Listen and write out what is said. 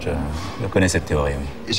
je, je connais cette théorie, oui.